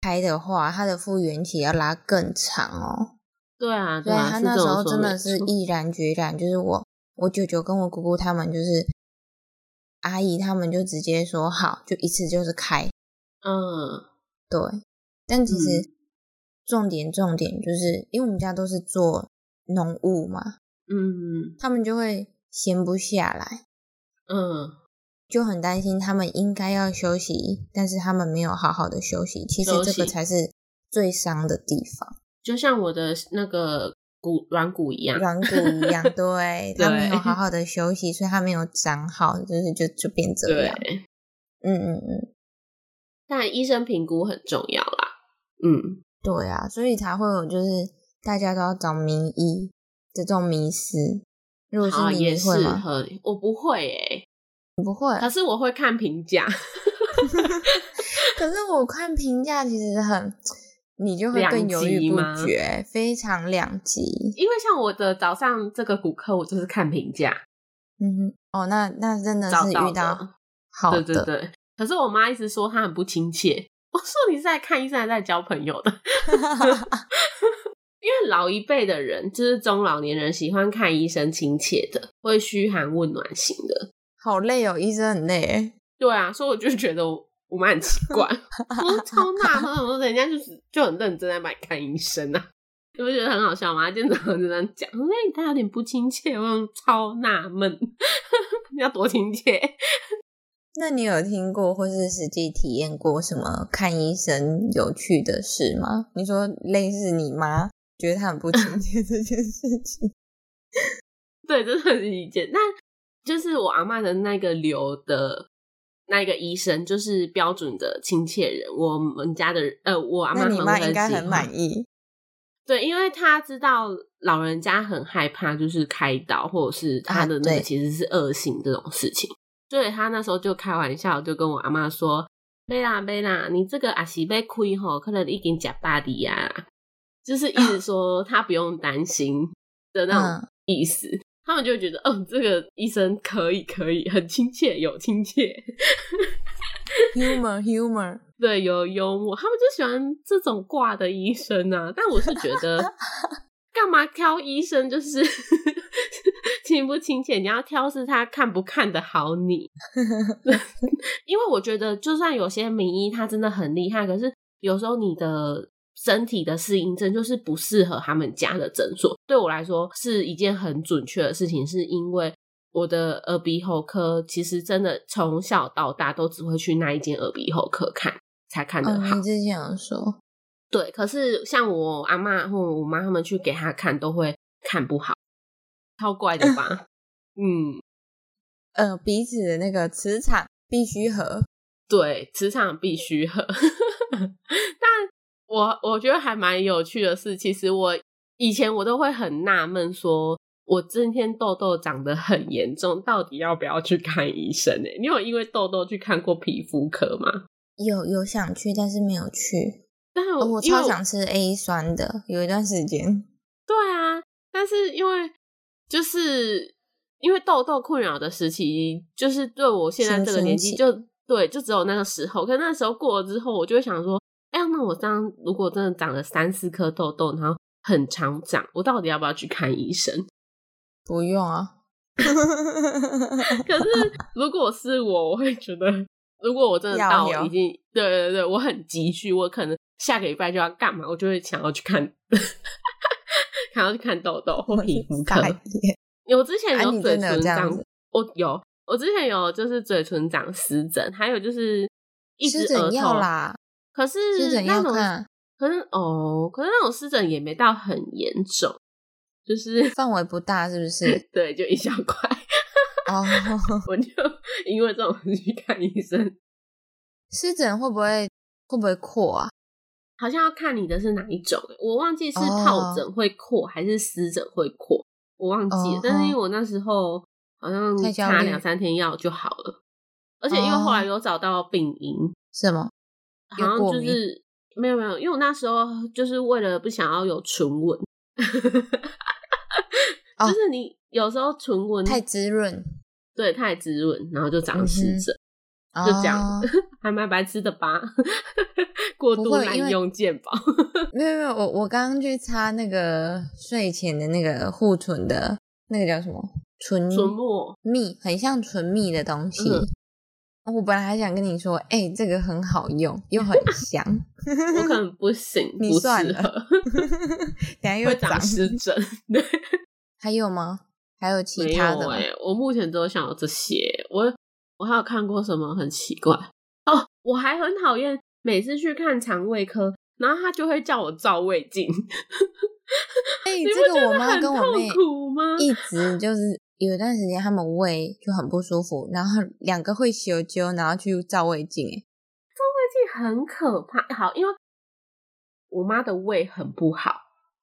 开的话，她的复原期要拉更长哦。
对啊，
对
啊，
她
是
那
这
时
种
候
说
真
没
的是
错
毅然决然，就是我我舅舅跟我姑姑他们就是阿姨他们就直接说好，就一次就是开。
嗯。
对，但其
嗯
实重点重点就是，因为我们家都是做农务嘛，
嗯
他们就会闲不下来，
嗯，
就很担心他们应该要休息，但是他们没有好好的休息，其实
休
这个
息
才是最伤的地方，
就像我的那个骨软骨一样，
软骨 一样，对他没有好好的休息，所以他没有长好，就是就就变这
对
样，，嗯嗯嗯，
但医生评估很重要啦。嗯，
对啊，所以才会有就是大家都要找名医的这种迷失。如果是
好，
你，
啊也
你
是
会吗？
合理。我不会诶、
你不会，
可是我会看评价，
可是我看评价其实很，你就会更犹豫不
两极
决，非常两极。
因为像我的早上这个骨科，我就是看评价
嗯哼，哦，那那真的
找
是
到
遇到
的。
好的，
对对对，可是我妈一直说她很不亲切，我说你是在看医生还是在交朋友的？ 因为老一辈的人，就是中老年人，喜欢看医生亲切的，会嘘寒问暖型的。
好累哦，医生很累耶。
对啊，所以我就觉得我我妈很奇 怪，我说超纳闷，我说人家就是就很认真在帮你看医生啊， 你不觉得很好笑吗？她今天早上就这样讲，我说哎他有点不亲切，我说超纳闷， 你要多亲切。
那你有听过或是实际体验过什么看医生有趣的事吗？你说类似你妈觉得她很不亲切这件事 情，
对，这是一件。那就是我阿嬷的那个瘤的那个医生，就是标准的亲切人，我们家的人呃，我阿嬷
那你
很
妈
会
应该
喜
很
欢
满意。
对，因为他知道老人家很害怕，就是开刀或者是他的
啊
那个
对
其实是恶性这种事情，所以他那时候就开玩笑，就跟我阿妈说：“贝啦贝啦，你这个阿是被亏吼，可能已经假巴黎呀。”啊就是一直说他不用担心的那种
啊嗯
意思。他们就会觉得，嗯，这个医生可以，可以，很亲切，有亲切，
，humor humor，
对，有幽默，他们就喜欢这种挂的医生啊。但我是觉得，干嘛挑医生就是 亲不亲切？你要挑是他看不看得好你，因为我觉得就算有些名医他真的很厉害，可是有时候你的。身体的适应症就是不适合他们家的诊所。对我来说是一件很准确的事情，是因为我的耳鼻喉科其实真的从小到大都只会去那一间耳鼻喉科看才看得好。
嗯，你之前有说，
对，可是像我阿妈或我妈他们去给他看，都会看不好，超怪的 吧？嗯，
呃，彼此的那个磁场必须合，
对，磁场必须合。 但我我觉得还蛮有趣的是，其实我以前我都会很纳闷说。我今天痘痘长得很严重，到底要不要去看医生、欸？你有因为痘痘去看过皮肤科吗？
有有想去，但是没有去。
但是
哦、我
因为
超想吃 A 酸的，有一段时间。
对啊，但是因为就是因为痘痘困扰的时期，就是对我现在这个年纪
青春期
就对，就只有那个时候。可那时候过了之后，我就会想说，哎、呀，那我这样如果真的长了三四颗痘痘，然后很常长，我到底要不要去看医生？
不用啊，
可是如果是我，我会觉得，如果我真的
要
到
有
已经对对对，我很急需，我可能下个礼拜就要干嘛，我就会想要去看， 想要去看痘痘或皮肤科。
傻眼
我之前
啊
有
你
嘴
真的有
唇
这样
长
子，
我有，我之前有就是嘴唇长湿疹，还有就是一
湿
直
疹
额
要
头。
啦，
可是
湿疹
那
要
种，
看
可是哦，可是那种湿疹也没到很严重，就是？
范围不大，是不是
对，就一小 块，
哦，
我就因为这种去看医生。
湿疹会不会会不会扩啊？
好像要看你的是哪一种、欸，我忘记是
哦
疱疹会扩还是湿疹会扩，我忘记了。
哦
但是因为我那时候好像
太焦虑哦
擦两三天药就好了，而且因为后来有找到病因，
什么？有
好像
过
就
敏
是没有没有，因为我那时候就是为了不想要有唇纹，
哦
就是你有时候唇纹
太嗯滋润，
对太滋润，然后就长湿疹，
就
就这样，
哦
还蛮白痴的吧？ 过
不
度
会
滥
因为
用健保。
没有没有，我我刚刚去擦那个睡前的那个护唇的那个叫什么唇
唇沫，
蜜，很像唇蜜的东西。
嗯
我本来还想跟你说，哎、这个很好用，又很香。
我可能不行，
你
不
算
适
了
合，
等下又
会长湿疹。对，
还有吗？还有其
没
他的
有
吗？
哎、我目前只有想到这些。我我还有看过什么很奇怪哦，我还很讨厌每次去看肠胃科，然后他就会叫我照胃镜，
哎、
你
这
不觉
个
得
我妈
很
跟
痛
我妹
苦吗？
一直就是有一段时间，他们胃就很不舒服，然后两个会修灸，然后去照胃镜、哎，
这很可怕。好，因为我妈的胃很不好，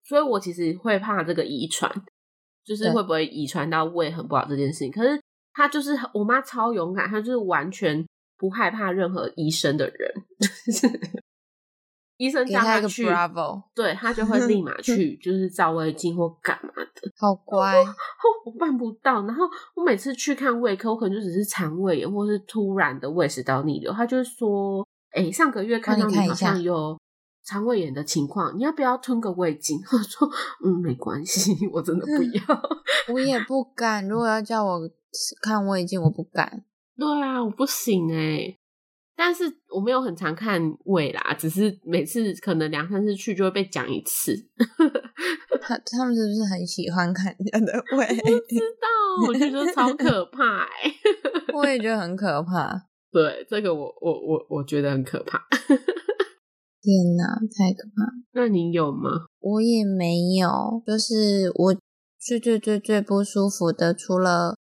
所以我其实会怕这个遗传，就是
对
会不会遗传到胃很不好这件事情。可是她就是我妈超勇敢，她就是完全不害怕任何医生的人， 就是医生
给
叫
她一个
去，
bravo，
对她就会立 马去，就是照胃镜或干嘛的。
好乖。
哦， 我办不到。然后我每次去看胃科，我可能就只是肠胃炎或是突然的胃食道逆流，他就会说：“哎、上个月看到
帮
你
你看
好
一下
像有肠胃炎的情况，你要不要吞个胃镜？” 我说：“嗯，没关系，我真的不要。
我也不敢，如果要叫我看胃镜，我不敢。”
对啊，我不行哎、但是我没有很常看胃啦，只是每次可能两三次去就会被讲一次。
他他们是不是很喜欢看人家的 胃？
知道，我就觉得超可怕哎、
我也觉得很可怕。
对，这个我我我我觉得很可怕。
天哪，太可怕！
那你有吗？
我也没有，就是我最最最最不舒服的，除了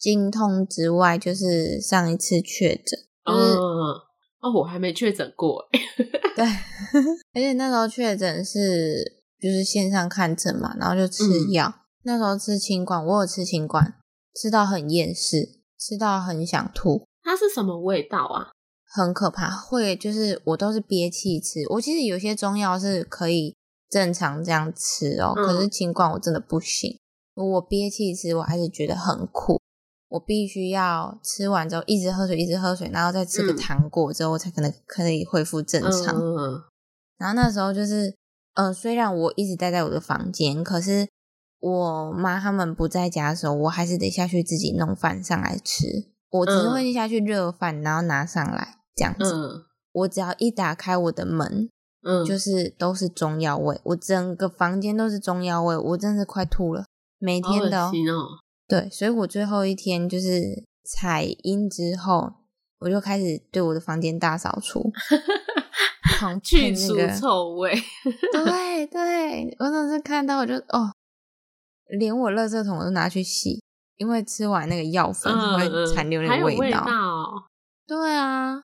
经痛之外，就是上一次确诊。就是
嗯，哦，我还没确诊过欸，
对，而且那时候确诊是就是线上看诊嘛，然后就吃
嗯
药。那时候吃清管，我有吃清管，吃到很厌世，吃到很想吐，
它是什么味道啊？
很可怕。会就是我都是憋气吃，我其实有些中药是可以正常这样吃哦，
嗯
可是清管我真的不行，我憋气吃我还是觉得很苦。我必须要吃完之后一直喝水，一直喝水，然后再吃个
嗯
糖果之后，我才可能可以恢复正常。
嗯
然后那时候就是，呃，虽然我一直待在我的房间，可是我妈他们不在家的时候，我还是得下去自己弄饭上来吃。我只是
嗯
会下去热饭，然后拿上来这样子。
嗯
我只要一打开我的门，
嗯，
就是都是中药味，我整个房间都是中药味，我真是快吐了。每
好
天的、
恶心 哦。
对，所以我最后一天就是采阴之后，我就开始对我的房间大扫 除，狂
去
喷那
除
个
臭 味，
对对，我总是看到我就哦，连我垃圾桶我都拿去洗，因为吃完那个药粉
嗯
会残
嗯，
留那
还
个
有味
道。
道，
对啊，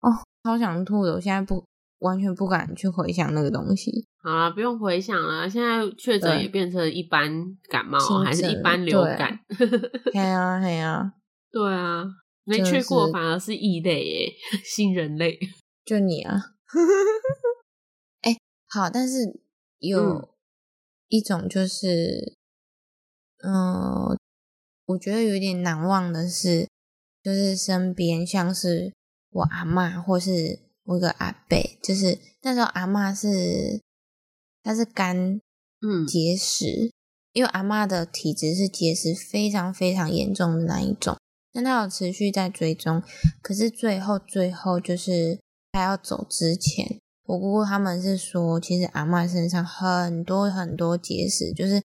哦，超想吐的，我现在不完全不敢去回想那个东西。
好了，不用回想了。现在确诊
对
也变成一般感冒
轻，
还是一
症
般流
对
感？
嘿呀嘿呀，
对啊，没
真
去
的
过
是
反而是异类耶， 新人类。
就你啊。 哎、好，但是
嗯
有一种就是，嗯、我觉得有点难忘的是，就是身边像是我阿妈或是我有个阿伯，就是那时候阿妈是她是肝
嗯
结石，因为阿妈的体质是结石非常非常严重的那一种，但她有持续在追踪，可是最后最后就是她要走之前，我姑姑他们是说，其实阿妈身上很多很多结石，就是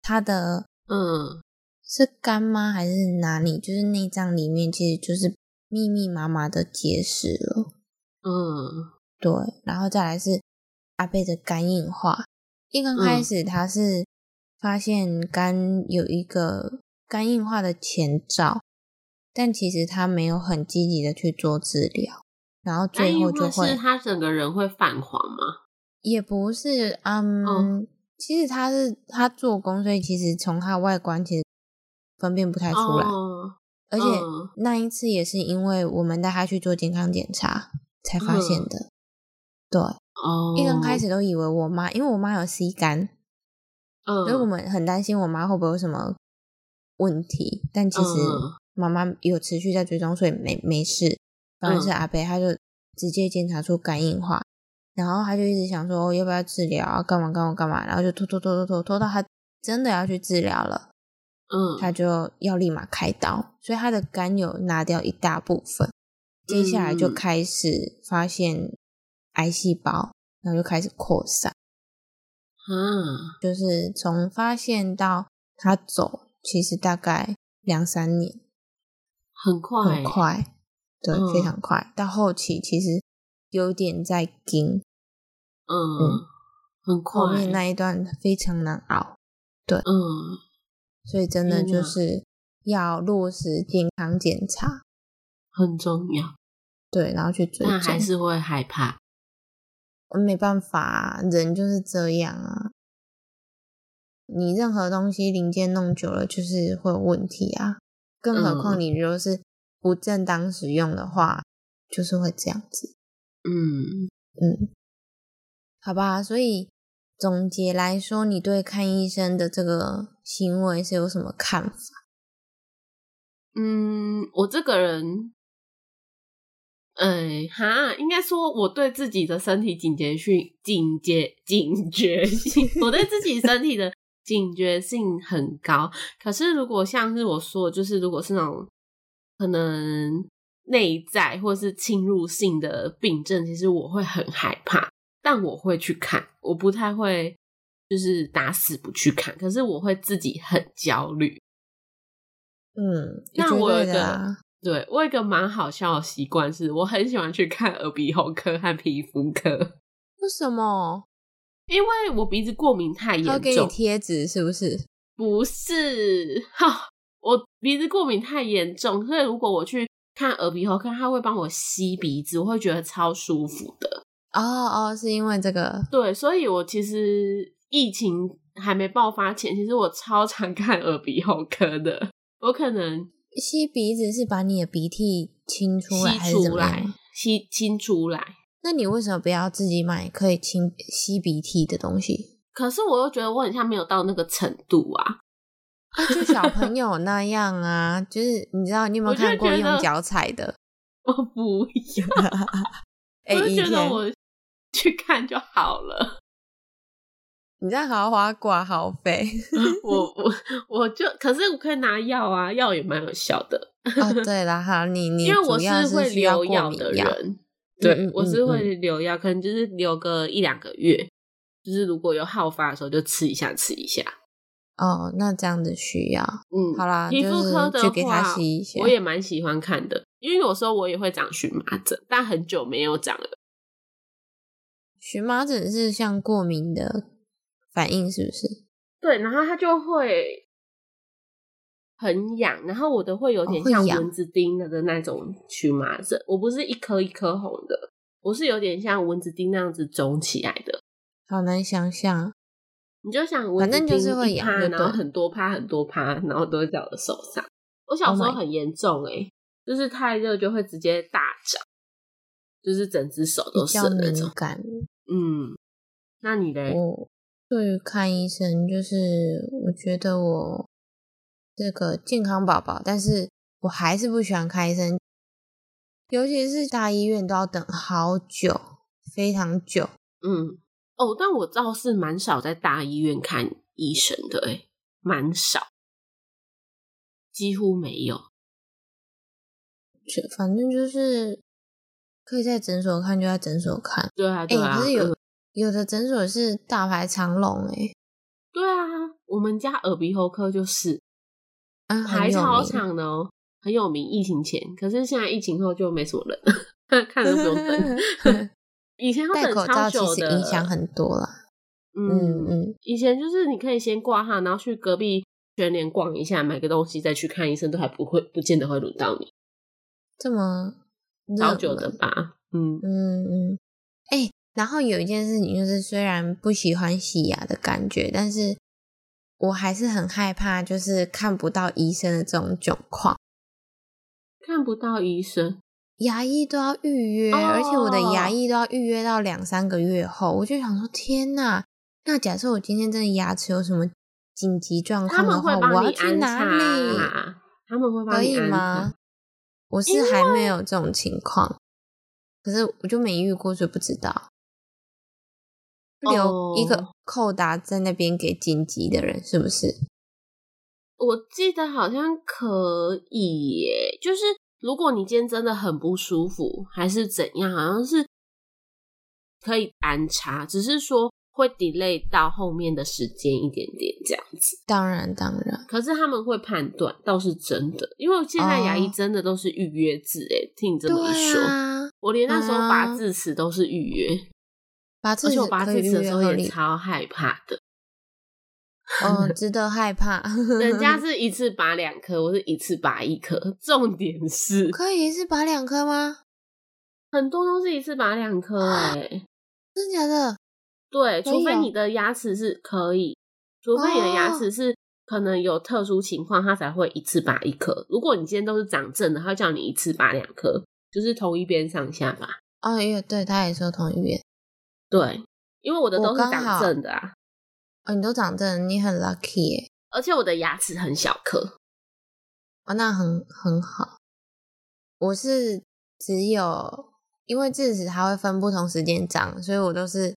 她的
嗯，
是肝吗还是哪里，就是内脏里面其实就是密密麻麻的结石了。
嗯，
对，然后再来是阿贝的肝硬化。一
嗯
刚开始他是发现肝有一个肝硬化的前兆，但其实他没有很积极的去做治疗，然后
那
最
哎因
后就
为啊是
会
他整个人会泛黄嘛，
也不是嗯，
嗯
其实他是他做工，所以其实从他外观其实分辨不太出来，
哦，
而且
嗯
那一次也是因为我们带他去做健康检查才发现
嗯
的，对。
哦，
一刚开，始都以为我妈，因为我妈有 C 肝，
嗯，
所以我们很担心我妈会不会有什么问题。但其实
嗯
妈妈有持续在追踪，所以没没事。反而
嗯
是阿北，他就直接检查出肝硬化，然后他就一直想说、哦要不要治疗啊，干嘛干嘛干嘛，然后就拖拖拖拖拖拖到他真的要去治疗了，
嗯，
他就要立马开刀，所以他的肝有拿掉一大部分。接下来就
嗯
开始发现癌细胞，然后就开始扩散。
啊，
就是从发现到他走，其实大概两三年，
很快，
很，快，对，
嗯
非常快。到后期其实有点在盯，
嗯，很快，
后面哦那一段非常难熬，
嗯，
所以真的
天哪
就是要落实健康检查，
很重要，
对，然后去追
但还
踪。
是会害怕，
没办法啊、人就是这样啊。你任何东西零件弄久了就是会有问题啊，更何况
嗯
你如果是不正当使用的话，就是会这样子。
嗯
嗯，好吧，所以总结来说，你对看医生的这个行为是有什么看法？
嗯，我这个人。哎哈，应该说我对自己的身体警觉性、警觉、警觉性，我对自己身体的警觉性很高。可是如果像是我说的，就是如果是那种可能内在或是侵入性的病症，其实我会很害怕，但我会去看，我不太会就是打死不去看，可是我会自己很焦虑。
嗯，
那
绝
我有
对
一
的
个
啊
对我有一个蛮好笑的习惯是，我很喜欢去看耳鼻喉科和皮肤科，
为什么？
因为我鼻子过敏太
他会
严
给你
重。
贴纸是不是？
不是，哈，我鼻子过敏太严重，所以如果我去看耳鼻喉科，他会帮我吸鼻子，我会觉得超舒服的。
哦哦，是因为这个
对，所以我其实疫情还没爆发前，其实我超常看耳鼻喉科的。我可能
吸鼻子是把你的鼻涕清出来还
吸
是怎
出
么
来
样？，
吸清出来，
那你为什么不要自己买可以清吸鼻涕的东西？
可是我又觉得我很像没有到那个程度啊。
啊，就小朋友那样啊，就是你知道你有没有
我就
看过
觉得
用脚踩 的？
我不要，
哎、
我就
以
觉得
前
我去看就好了。
你在豪华挂豪 费
我我我就，可是我可以拿药啊，药也蛮有效的，
哦，对了哈，你你
因为我
主要
会
需要
留
过
药
敏
的
药，
人，对、
嗯嗯
我是
嗯
会留药，可能就是留个一两个月，就是如果有好发的时候就吃一下吃一下。
哦，那这样子需要
嗯，
好啦，
皮
就
肤
是
科的
去给他
话
吸一下。
嗯我也蛮喜欢看的，因为有时候我也会长荨麻疹，但很久没有长了。
荨麻疹是像过敏的反应，是不是？
对，然后它就会很痒，然后我的会有点
哦会
像
痒
蚊子叮了的那种荨麻疹，我不是一颗一颗红的，我是有点像蚊子叮那样子肿起来的。
好难想象。
你就想蚊子叮
反正就是会
一
痒
趴
就对
然后很多趴很多趴，然后都会在我的手上。我小
Oh
时候
my
很严重哎、就是太热就会直接大长，就是整只手都
比
是
较
的那
敏
种。
感。
嗯，那你嘞？
我对于看医生，就是我觉得我这个健康宝宝，但是我还是不喜欢看医生。尤其是大医院都要等好久，非常久。
嗯，哦，但我倒是蛮少在大医院看医生的、欸，哎，蛮少，几乎没有。
就反正就是可以在诊所看，就在诊所看。
对啊，
哎、
对啊，
可是有、
嗯
有的诊所是大排长龙哎、
对啊，我们家耳鼻喉科就是
啊，很
排
有
超
名
长的哦，很有名。疫情前，可是现在疫情后就没什么人了， 看了都不用 等。以前要
戴
等
口
超
罩其
久
实
的，
影响很多啦。嗯
嗯
嗯，
以前就是你可以先挂号，然后去隔壁全联逛一下，买个东西再去看医生，都还不会不见得会轮到你，
这么
超
热
久的
门
吧？嗯，
嗯嗯，哎、然后有一件事情就是，虽然不喜欢洗牙的感觉，但是我还是很害怕，就是看不到医生的这种窘况。
看不到医生，
牙医都要预约，
哦
而且我的牙医都要预约到两三个月后，我就想说，天呐，那假设我今天真的牙齿有什么紧急状
他
况的
们会
话，
帮
哦我要
你
去
安
哪里？
插，他们会
可
帮你
以
安
吗
插。？
我是还没有这种情况，可是我就没遇过，所以不知道。留一个
哦
扣打在那边给紧急的人，是不是？
我记得好像可以耶，就是如果你今天真的很不舒服，还是怎样，好像是可以安插，只是说会 delay 到后面的时间一点点这样子。
当然，当然，
可是他们会判断，倒是真的，因为现在牙医
哦
真的都是预约制哎、听你这么一说，
对啊，
我连那时候
啊
拔智齿都是预约，
拔智
而且
齿
我拔
可
智
以预
齿的时
约
候
合
也
理，
超害怕的，
哦， 值得害怕。
人家是一次拔两颗，我是一次拔一颗， 重点 是
可以是拔两颗吗？
很多都是一次拔两颗哎，
真的假的？
对，
可啊以哦
除非你的牙齿是可以，除非你的牙
哦
齿是。可能有特殊情况，它才会一次拔一颗。如果你今天都是长正的，它会叫你一次拔两颗，就是同一边上下拔。
哦，也有对，他也说同一边。
对，因为我的
我
都是
刚
长
好
正的啊，
哦，你都长正了，你很 lucky 耶、
而且我的牙齿很小颗。
哦，那很很好。我是只有因为智齿它会分不同时间长，所以我都是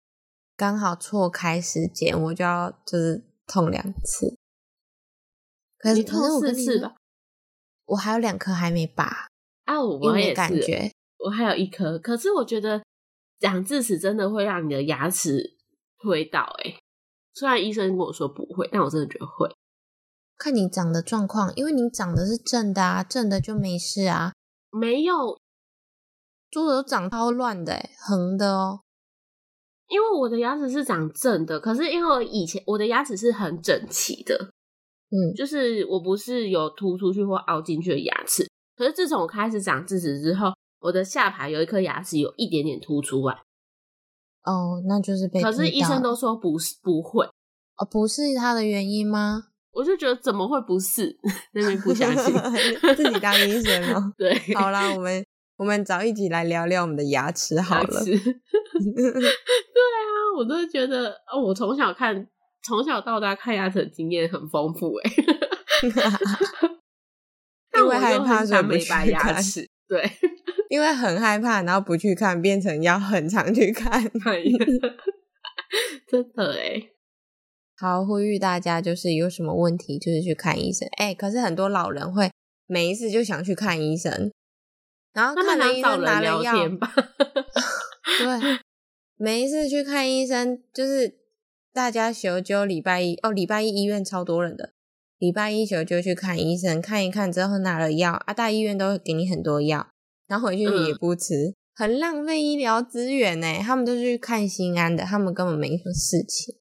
刚好错开时间，我就要就是痛两次。可是
你
可是
痛
我
四
跟你
次
说
吧，
我还有两颗还没拔，
啊，我
因
我
为
也
没感
是，
觉。
我还有一颗。可是我觉得长智齿真的会让你的牙齿推倒、欸，虽然医生跟我说不会，但我真的觉得会。
看你长的状况，因为你长的是正的啊，正的就没事啊。
没有，
猪的都长超乱的、欸，横的哦。
因为我的牙齿是长正的，可是因为我以前我的牙齿是很整齐的，
嗯，
就是我不是有凸出去或凹进去的牙齿。可是自从我开始长智齿之后，我的下排有一颗牙齿有一点点凸出来，
哦，那就是被
可是
踢
医生
到了
都说不是不会，
哦，不是它的原因吗？，
我就觉得怎么会不是？ 那边不相信
自己当医生哦
对，
好啦，我们我们早一集来聊聊我们的牙齿好
牙
了
齿。 对啊，我都觉得，哦、我从小看，从小到大看牙齿的经验很丰富 哎、 但
因
我
为害
就
怕
很
所以
想
不
美
去
白牙
看
齿，对，
因为很害怕，然后不去看，变成要很常去看。
真的哎、
好，呼吁大家就是有什么问题就是去看医生。哎、可是很多老人会每一次就想去看医生，然后
那
看
们
了
想
医
找
生
人
拿了
聊
药，
天吧。
对，每一次去看医生，就是大家休休礼拜一哦，礼拜一医院超多人的，礼拜一休就去看医生，看一看之后拿了药啊，大医院都会给你很多药，然后回去
嗯
也不吃，很浪费医疗资源呢。他们都是去看心安的，他们根本没什么 事情。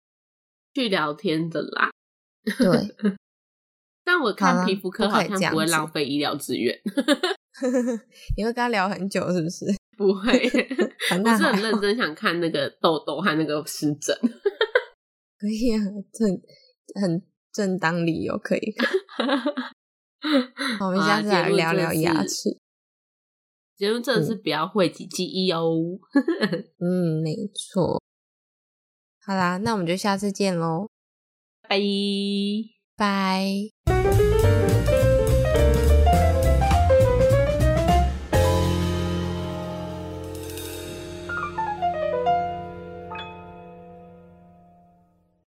去聊天的啦。
对，
但我
好啦
看皮肤科
不
好
可以
像
这样
不会
子
浪费医疗资源，
你会跟他聊很久是不是？
不 会。
啊
我
那
是很
还好
认真想看那个痘痘和那个湿疹。
可以啊，正很正当理由可以。 我们
好
下
啦
次
结
来
论
聊
就
聊牙
是
齿。
结论真的是不要讳疾忌医哦。
嗯，没错。好啦，那我们就下次见喽，
拜。
拜。